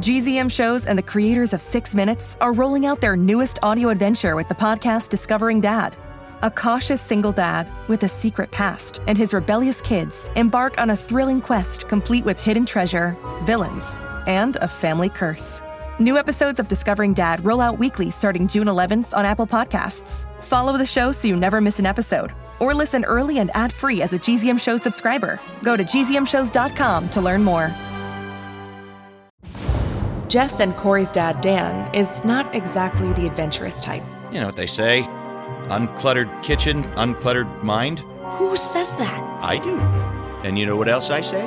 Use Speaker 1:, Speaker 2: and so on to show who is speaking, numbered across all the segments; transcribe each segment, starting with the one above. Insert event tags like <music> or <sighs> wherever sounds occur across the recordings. Speaker 1: GZM Shows and the creators of Six Minutes are rolling out their newest audio adventure with the podcast Discovering Dad. A cautious single dad with a secret past and his rebellious kids embark on a thrilling quest complete with hidden treasure, villains, and a family curse. New episodes of Discovering Dad roll out weekly starting June 11th on Apple Podcasts. Follow the show so you never miss an episode, or listen early and ad free as a GZM Show subscriber. Go to gzmshows.com to learn more. Jess and Corey's dad, Dan, is not exactly the adventurous type.
Speaker 2: You know what they say uncluttered kitchen, uncluttered mind.
Speaker 3: Who says that?
Speaker 2: I do. And you know what else I say?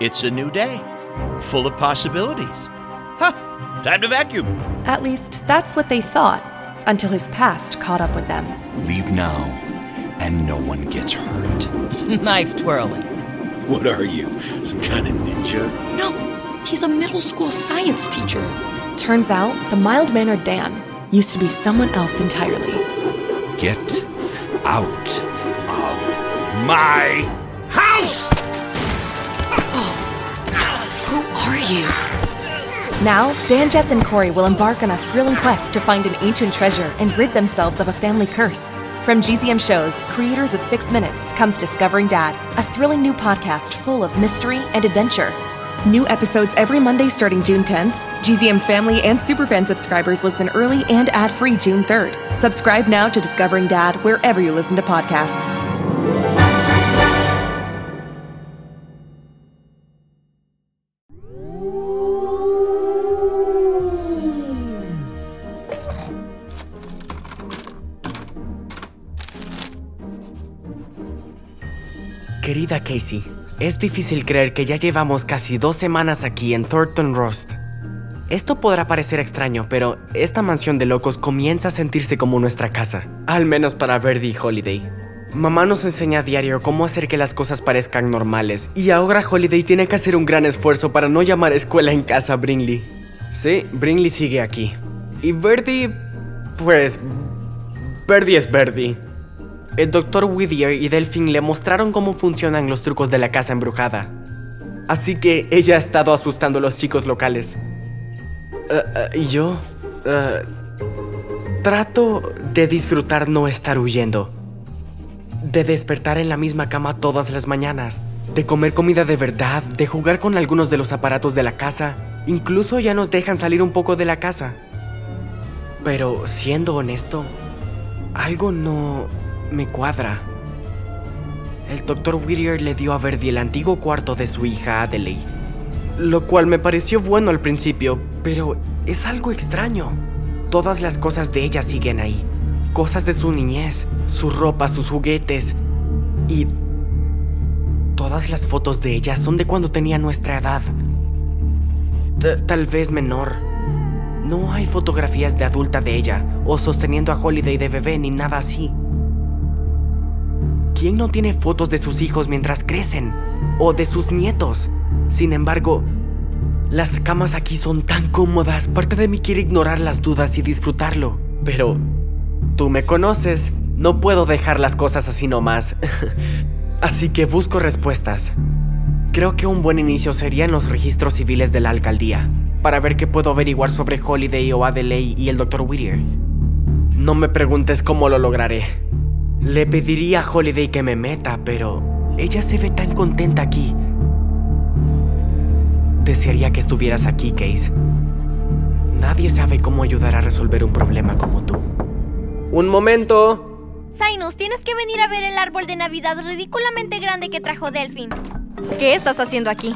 Speaker 2: It's a new day, full of possibilities. Huh, time to vacuum.
Speaker 1: At least, that's what they thought until his past caught up with them.
Speaker 4: Leave now, and no one gets hurt.
Speaker 5: Knife twirling.
Speaker 4: What are you? Some kind of ninja?
Speaker 3: No, he's a middle school science teacher.
Speaker 1: Turns out, the mild mannered Dan used to be someone else entirely.
Speaker 4: Get out of
Speaker 2: My house!
Speaker 3: Who are you?
Speaker 1: Now, Dan, Jess, and Corey will embark on a thrilling quest to find an ancient treasure and rid themselves of a family curse. From GZM Shows, creators of Six Minutes, comes Discovering Dad, a thrilling new podcast full of mystery and adventure. New episodes every Monday starting June 10th. GZM family and superfan subscribers listen early and ad free June 3rd. Subscribe now to Discovering Dad wherever you listen to podcasts.
Speaker 6: Querida Casey, es difícil creer que ya llevamos casi dos semanas aquí en Thornton Rost. Esto podrá parecer extraño, pero esta mansión de locos comienza a sentirse como nuestra casa, al menos para Verdi y Holiday. Mamá nos enseña a diario cómo hacer que las cosas parezcan normales, y ahora Holiday tiene que hacer un gran esfuerzo para no llamar escuela en casa a Brinley. Sí, Brinley sigue aquí. Y Verdi... pues... Verdi es Verdi. El doctor Whittier y Delphine le mostraron cómo funcionan los trucos de la casa embrujada. Así que ella ha estado asustando a los chicos locales. Eh, eh, ¿Y yo? Eh, trato de disfrutar no estar huyendo. De despertar en la misma cama todas las mañanas. De comer comida de verdad. De jugar con algunos de los aparatos de la casa. Incluso ya nos dejan salir un poco de la casa. Pero siendo honesto, algo no me cuadra. El doctor Whittier le dio a Verdi el antiguo cuarto de su hija Adelaide, lo cual me pareció bueno al principio, pero es algo extraño. Todas las cosas de ella siguen ahí. Cosas de su niñez, su ropa, sus juguetes y... Todas las fotos de ella son de cuando tenía nuestra edad. Ta- tal vez menor. No hay fotografías de adulta de ella, o sosteniendo a Holiday de bebé, ni nada así. ¿Quién no tiene fotos de sus hijos mientras crecen? ¿O de sus nietos? Sin embargo, las camas aquí son tan cómodas, parte de mí quiere ignorar las dudas y disfrutarlo. Pero, tú me conoces, no puedo dejar las cosas así nomás. <laughs> así que busco respuestas. Creo que un buen inicio serían los registros civiles de la alcaldía, para ver qué puedo averiguar sobre Holiday o Adelaide y el Dr. Whittier. No me preguntes cómo lo lograré. Le pediría a Holiday que me meta, pero ella se ve tan contenta aquí. Desearía que estuvieras aquí, Case. Nadie sabe cómo ayudar a resolver un problema como tú. Un momento.
Speaker 7: Sainus, tienes que venir a ver el árbol de Navidad ridículamente grande que trajo Delfin. ¿Qué estás haciendo aquí?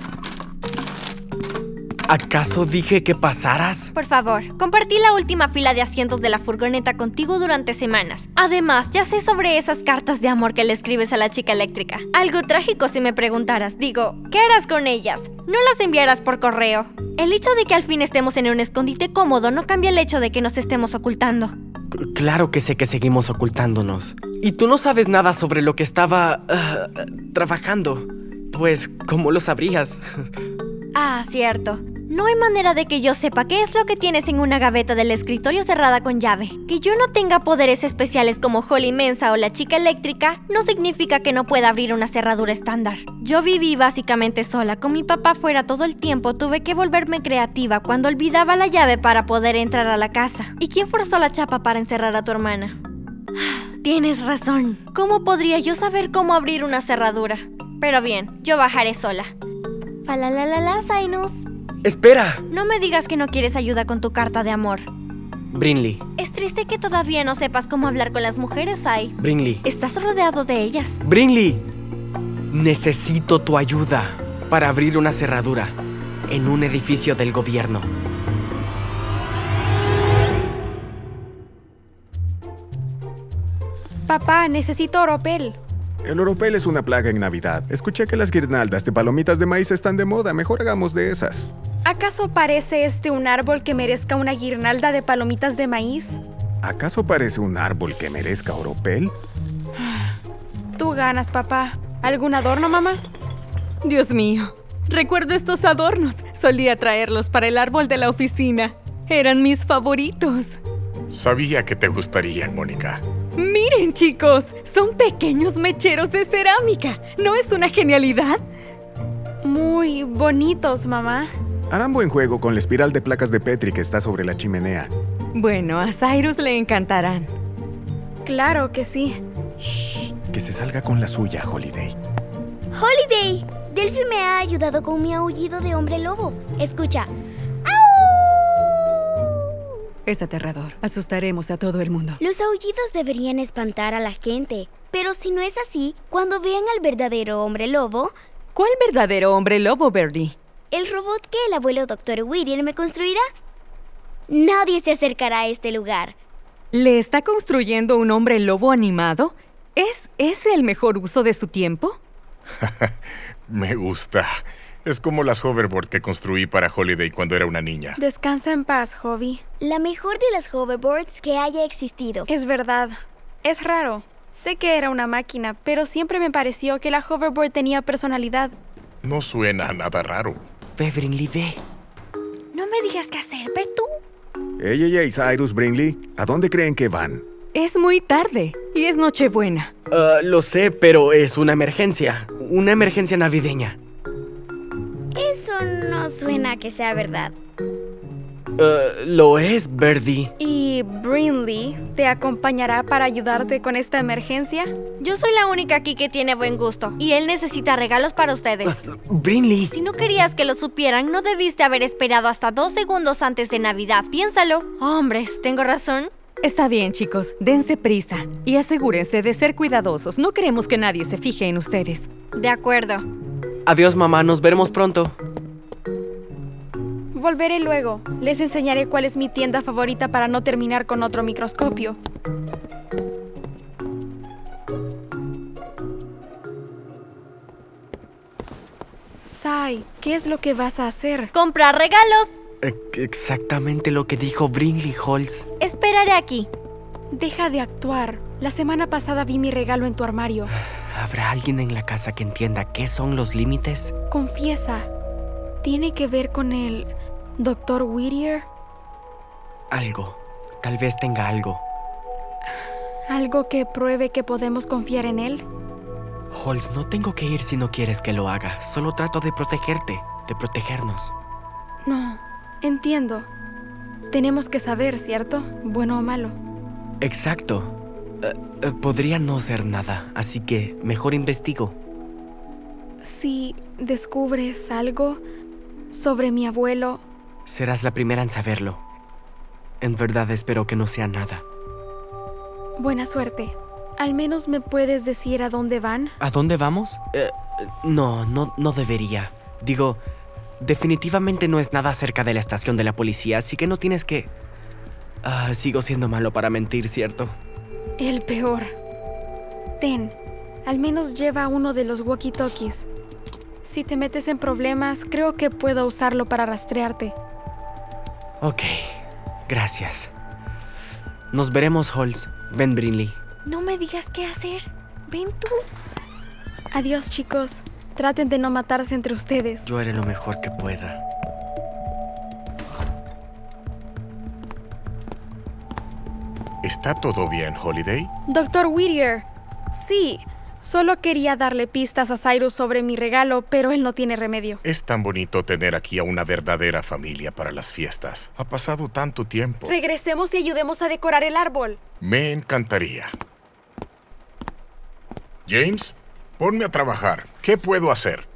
Speaker 6: ¿Acaso dije que pasaras?
Speaker 7: Por favor, compartí la última fila de asientos de la furgoneta contigo durante semanas. Además, ya sé sobre esas cartas de amor que le escribes a la chica eléctrica. Algo trágico si me preguntaras. Digo, ¿qué harás con ellas? No las enviarás por correo. El hecho de que al fin estemos en un escondite cómodo no cambia el hecho de que nos estemos ocultando.
Speaker 6: C- Claro que sé que seguimos ocultándonos. Y tú no sabes nada sobre lo que estaba... ah, trabajando. Pues, ¿cómo lo sabrías? <laughs>
Speaker 7: Ah, cierto. No hay manera de que yo sepa qué es lo que tienes en una gaveta del escritorio cerrada con llave. Que yo no tenga poderes especiales como Holly Mensa o la chica eléctrica no significa que no pueda abrir una cerradura estándar. Yo viví básicamente sola, con mi papá fuera todo el tiempo, tuve que volverme creativa cuando olvidaba la llave para poder entrar a la casa. ¿Y quién forzó la chapa para encerrar a tu hermana? <sighs> Tienes razón. ¿Cómo podría yo saber cómo abrir una cerradura? Pero bien, yo bajaré sola. Falalalala, Sinus.
Speaker 6: ¡Espera!
Speaker 7: No me digas que no quieres ayuda con tu carta de amor.
Speaker 6: Brinley,
Speaker 7: Es triste que todavía no sepas cómo hablar con las mujeres, Sai.
Speaker 6: Brinley,
Speaker 7: Estás rodeado de ellas.
Speaker 6: Brinley. Necesito tu ayuda para abrir una cerradura en un edificio del gobierno.
Speaker 8: Papá, necesito oropel.
Speaker 9: El oropel es una plaga en Navidad. Escuché que las guirnaldas de palomitas de maíz están de moda. Mejor hagamos de esas.
Speaker 8: ¿Acaso parece este un árbol que merezca una guirnalda de palomitas de maíz?
Speaker 9: ¿Acaso parece un árbol que merezca oropel?
Speaker 8: Tú ganas, papá. ¿Algún adorno, mamá?
Speaker 10: Dios mío, recuerdo estos adornos. Solía traerlos para el árbol de la oficina. Eran mis favoritos.
Speaker 11: Sabía que te gustarían, Mónica.
Speaker 10: Miren, chicos, son pequeños mecheros de cerámica. ¿No es una genialidad?
Speaker 8: Muy bonitos, mamá.
Speaker 9: Harán buen juego con la espiral de placas de Petri que está sobre la chimenea.
Speaker 10: Bueno, a Cyrus le encantarán.
Speaker 8: Claro que sí.
Speaker 9: Que se salga con la suya, Holiday.
Speaker 12: Holiday, Delphi me ha ayudado con mi aullido de hombre lobo. Escucha,
Speaker 10: Es aterrador. Asustaremos a todo el mundo.
Speaker 12: los aullidos deberían espantar a la gente. Pero si no es así, cuando vean al verdadero hombre lobo,
Speaker 10: ¿Cuál verdadero hombre lobo, Birdie?
Speaker 12: el robot que el abuelo Dr. William me construirá, nadie se acercará a este lugar.
Speaker 10: ¿Le está construyendo un hombre lobo animado? ¿Es ese el mejor uso de su tiempo?
Speaker 11: Me gusta. Es como las hoverboard que construí para Holiday cuando era una niña.
Speaker 8: Descansa en paz, Hobby.
Speaker 12: La mejor de las hoverboards que haya
Speaker 10: Eh,
Speaker 12: existido.
Speaker 8: Es verdad. Es raro. Sé que era una máquina, pero siempre me pareció que la hoverboard tenía personalidad.
Speaker 11: No suena a nada raro.
Speaker 6: Ve, Brinley, ve.
Speaker 7: No me digas qué hacer, Bertú.
Speaker 9: Ey, ey, ey, Cyrus Brinley, ¿a dónde creen que van?
Speaker 10: Es muy tarde y es Nochebuena.
Speaker 6: Ah, lo sé, pero es una emergencia. Una emergencia navideña.
Speaker 12: Eso no suena a que sea verdad.
Speaker 6: Ah, lo es, Birdie.
Speaker 8: ¿Y Brinley te acompañará para ayudarte con esta emergencia?
Speaker 7: Yo soy la única aquí que tiene buen gusto y él necesita regalos
Speaker 6: <laughs>
Speaker 7: para ustedes.
Speaker 6: Ah, Brinley.
Speaker 7: Si no querías que lo supieran, no debiste haber esperado hasta dos segundos antes de Navidad. Piénsalo. Hombres, ¿tengo razón?
Speaker 10: Está bien, chicos, dense prisa y asegúrense de ser cuidadosos. No queremos que nadie se fije en ustedes.
Speaker 7: De acuerdo.
Speaker 6: Adiós, mamá. Nos veremos pronto.
Speaker 8: Volveré luego. Les enseñaré cuál es mi tienda favorita para no terminar con otro microscopio. Sai, ¿qué es lo que vas a hacer?
Speaker 7: Comprar regalos.
Speaker 6: Ex- Exactamente lo que dijo Brinley Halls.
Speaker 7: Esperaré aquí.
Speaker 8: Deja de actuar. La semana pasada vi mi regalo en tu armario.
Speaker 6: ¿Habrá alguien en la casa que entienda qué son los límites?
Speaker 8: Confiesa. ¿Tiene que ver con el doctor Whittier?
Speaker 6: Algo. Tal vez tenga algo.
Speaker 8: ¿Algo que pruebe que podemos confiar en él?
Speaker 6: Halls, no tengo que ir si no quieres que lo haga. Solo trato de protegerte, de protegernos.
Speaker 8: No, entiendo. Tenemos que saber, ¿cierto? Bueno o malo.
Speaker 6: Exacto. Eh, eh, podría no ser nada, así que mejor investigo.
Speaker 8: Si descubres algo sobre mi abuelo,
Speaker 6: Serás la primera en saberlo. En verdad espero que no sea nada.
Speaker 8: buena suerte. Al menos me puedes decir a dónde van.
Speaker 6: ¿A dónde vamos? Eh, no, no, no debería. Digo, definitivamente no es nada cerca de la estación de la policía, así que no tienes que... Ah, sigo siendo malo para mentir, ¿cierto?
Speaker 8: El peor. Ten, al menos lleva uno de los walkie-talkies. Si te metes en problemas, creo que puedo usarlo para rastrearte.
Speaker 6: Ok, gracias. Nos veremos, Halls. Ven, Brinley.
Speaker 7: No me digas qué hacer. Ven tú.
Speaker 8: Adiós, chicos. Traten de no matarse entre ustedes.
Speaker 6: Yo haré lo mejor que pueda.
Speaker 11: ¿Está todo bien, Holiday?
Speaker 8: Doctor Whittier, sí, solo quería darle pistas a Cyrus sobre mi regalo, pero él no tiene remedio.
Speaker 11: Es tan bonito tener aquí a una verdadera familia para las fiestas. Ha pasado tanto tiempo.
Speaker 8: Regresemos y ayudemos a decorar el árbol.
Speaker 11: Me encantaría. James, ponme a trabajar. ¿Qué puedo hacer?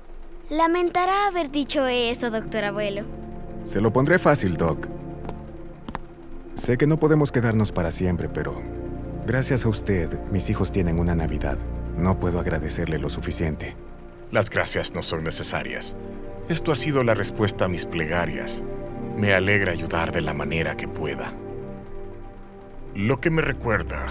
Speaker 12: Lamentará haber dicho eso, doctor abuelo.
Speaker 9: Se lo pondré fácil, Doc. Sé que no podemos quedarnos para siempre, pero gracias a usted, mis hijos tienen una Navidad. No puedo agradecerle lo suficiente.
Speaker 11: Las gracias no son necesarias. Esto ha sido la respuesta a mis plegarias. Me alegra ayudar de la manera que pueda. Lo que me recuerda,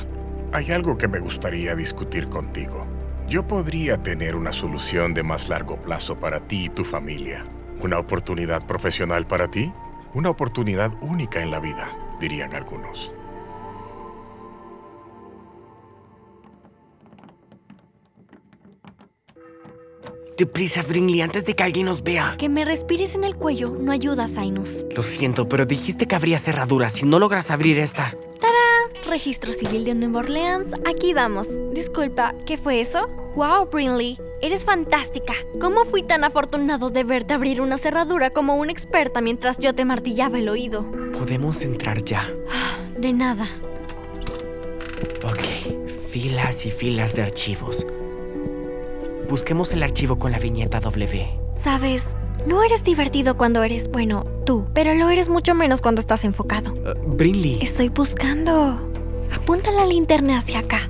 Speaker 11: hay algo que me gustaría discutir contigo. Yo podría tener una solución de más largo plazo para ti y tu familia. Una oportunidad profesional para ti. Una oportunidad única en la vida, dirían algunos.
Speaker 6: Deprisa, Brinley, antes de que alguien nos vea.
Speaker 7: Que me respires en el cuello no ayuda, Sinus.
Speaker 6: Lo siento, pero dijiste que habría cerraduras si no logras abrir esta.
Speaker 7: ¡Tarán! Registro civil de Nueva Orleans, aquí vamos. Disculpa, ¿qué fue eso? ¡Wow, Brinley! Eres fantástica. ¿Cómo fui tan afortunado de verte abrir una cerradura como una experta mientras yo te martillaba el oído?
Speaker 6: Podemos entrar ya.
Speaker 7: De nada.
Speaker 6: Ok, filas y filas de archivos. Busquemos el archivo con la viñeta W.
Speaker 7: Sabes, no eres divertido cuando eres, bueno, tú, pero lo eres mucho menos cuando estás enfocado.
Speaker 6: Brinley.
Speaker 7: Estoy buscando. Apunta la linterna hacia acá.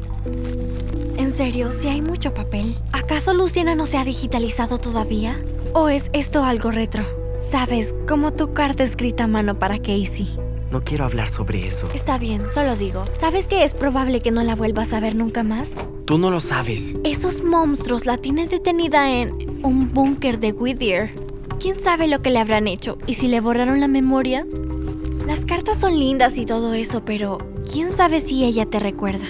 Speaker 7: En serio, si hay mucho papel. ¿Acaso Luciana no se ha digitalizado todavía? ¿O es esto algo retro? Sabes, como tu carta escrita a mano para Casey.
Speaker 6: No quiero hablar sobre eso.
Speaker 7: Está bien, solo digo. ¿Sabes que es probable que no la vuelvas a ver nunca más?
Speaker 6: Tú no lo sabes.
Speaker 7: Esos monstruos la tienen detenida en un búnker de Whittier. ¿Quién sabe lo que le habrán hecho y si le borraron la memoria? Las cartas son lindas y todo eso, pero ¿quién sabe si ella te recuerda?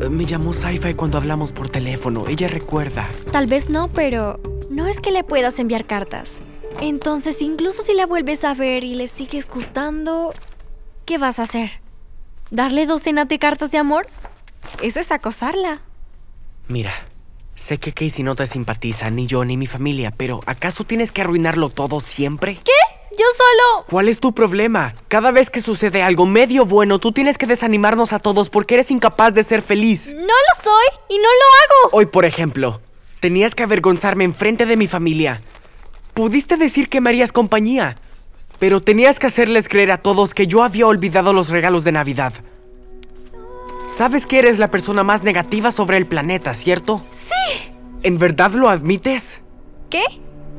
Speaker 6: Eh, Me llamó Sci-Fi cuando hablamos por teléfono. Ella recuerda.
Speaker 7: Tal vez no, pero no es que le puedas enviar cartas. Entonces, incluso si la vuelves a ver y le sigues gustando, ¿qué vas a hacer? ¿Darle docenas de cartas de amor? Eso es acosarla.
Speaker 6: Mira, sé que Casey no te simpatiza, ni yo, ni mi familia, pero ¿acaso tienes que arruinarlo todo siempre?
Speaker 7: ¿Qué? Yo solo...
Speaker 6: ¿Cuál es tu problema? Cada vez que sucede algo medio bueno, tú tienes que desanimarnos a todos porque eres incapaz de ser feliz.
Speaker 7: No lo soy y no lo hago.
Speaker 6: Hoy, por ejemplo, tenías que avergonzarme enfrente de mi familia. Pudiste decir que me harías compañía, pero tenías que hacerles creer a todos que yo había olvidado los regalos de Navidad. Sabes que eres la persona más negativa sobre el planeta, ¿cierto?
Speaker 7: Sí.
Speaker 6: ¿En verdad lo admites?
Speaker 7: ¿Qué?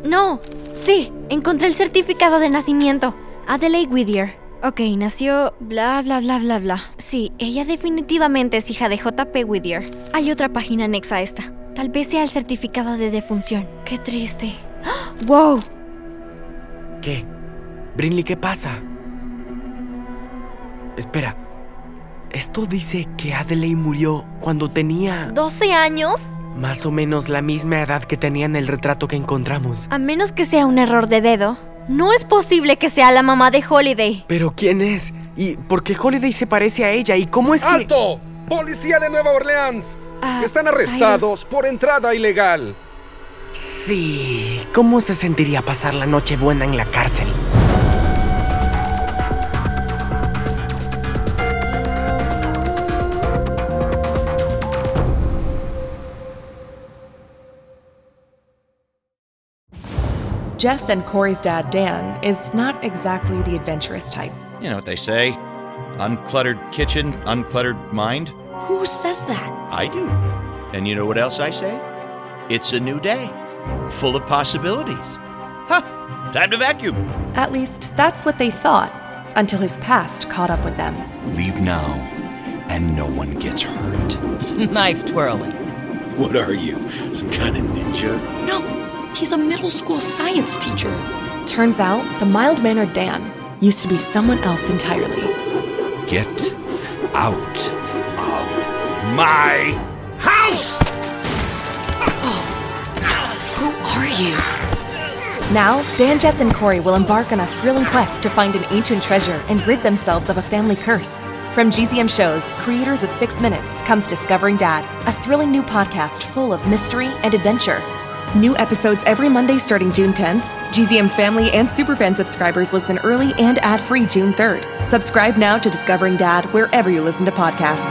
Speaker 7: No. Sí, encontré el certificado de nacimiento. Adelaide Whittier. Ok, nació bla bla bla bla bla. Sí, ella definitivamente es hija de JP Whittier. Hay otra página anexa a esta. Tal vez sea el certificado de defunción. Qué triste. <gasps> ¡Ah! ¡Wow!
Speaker 6: ¿Qué? Brinley, ¿qué pasa? Espera. Esto dice que Adelaide murió cuando tenía
Speaker 7: ¿12 años?
Speaker 6: más o menos la misma edad que tenía en el retrato que encontramos.
Speaker 7: A menos que sea un error de dedo. No es posible que sea la mamá de Holiday.
Speaker 6: ¿Pero quién es? ¿Y por qué Holiday se parece a ella? ¿Y cómo es que...?
Speaker 13: ¡Alto! ¡Policía de Nueva Orleans! Están arrestados por entrada ilegal.
Speaker 6: Sí, ¿cómo se sentiría pasar la noche buena en la cárcel?
Speaker 1: Jess and Corey's dad, Dan, is not exactly the adventurous type.
Speaker 2: You know what they say uncluttered kitchen, uncluttered mind.
Speaker 3: Who says that?
Speaker 2: I do. And you know what else I say? It's a new day, full of possibilities. Ha! Time to vacuum.
Speaker 1: At least that's what they thought, until his past caught up with them.
Speaker 4: Leave now, and no one gets hurt.
Speaker 5: <laughs> Knife twirling.
Speaker 4: What are you? Some kind of ninja?
Speaker 3: No, he's a middle school science teacher.
Speaker 1: Turns out, the mild mannered Dan used to be someone else entirely.
Speaker 4: Get out of.
Speaker 2: My house!
Speaker 3: Who are you?
Speaker 1: Now, Dan, Jess, and Corey will embark on a thrilling quest to find an ancient treasure and rid themselves of a family curse. From GZM Shows, creators of Six Minutes, comes Discovering Dad, a thrilling new podcast full of mystery and adventure. New episodes every Monday starting June 10th. GZM family and superfan subscribers listen early and ad free June 3rd. Subscribe now to Discovering Dad wherever you listen to podcasts.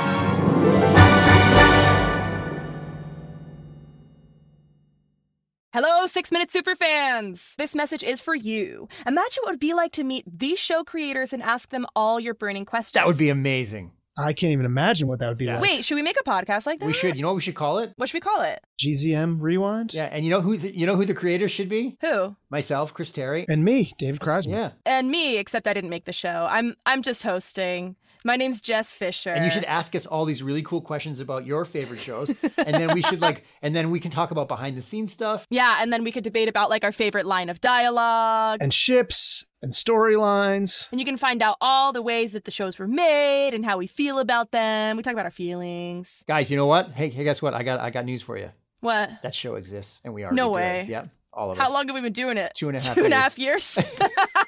Speaker 14: Hello, Six Minute Superfans! This message is for you. Imagine what it would be like to meet these show creators and ask them all your burning questions.
Speaker 15: That would be amazing.
Speaker 16: I can't even imagine what that would be like.
Speaker 14: Wait, should we make a podcast like that?
Speaker 15: We should. You know what we should call it?
Speaker 14: What should we call it?
Speaker 16: GZM Rewind?
Speaker 15: Yeah, and you know who the, you know who the creators should be?
Speaker 14: Who?
Speaker 15: Myself, Chris Terry,
Speaker 16: And me, David Crosby.
Speaker 15: Yeah.
Speaker 14: And me, except I didn't make the show. I'm I'm just hosting. My name's Jess Fisher.
Speaker 15: And you should ask us all these really cool questions about your favorite shows, and then we should like, and then we can talk about behind the scenes stuff.
Speaker 14: <laughs> Yeah, and then we could debate about like our favorite line of dialogue.
Speaker 16: And ships and storylines.
Speaker 14: And you can find out all the ways that the shows were made and how we feel about them. We talk about our feelings.
Speaker 15: Guys, you know what? Hey, hey, guess what? I got I got news for you.
Speaker 14: What?
Speaker 15: That show exists, and we are.
Speaker 14: No way.
Speaker 15: Yep. All of
Speaker 14: How
Speaker 15: us.
Speaker 14: long have we been doing it?
Speaker 15: Two and a half
Speaker 14: Two and a half years.
Speaker 16: <laughs>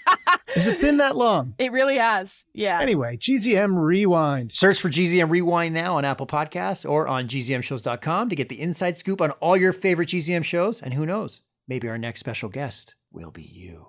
Speaker 14: <laughs>
Speaker 16: Has it been that long?
Speaker 14: it really has. Yeah.
Speaker 16: Anyway, GZM Rewind.
Speaker 15: Search for GZM Rewind now on Apple Podcasts or on gzmshows.com to get the inside scoop on all your favorite GZM shows. And who knows, maybe our next special guest will be you.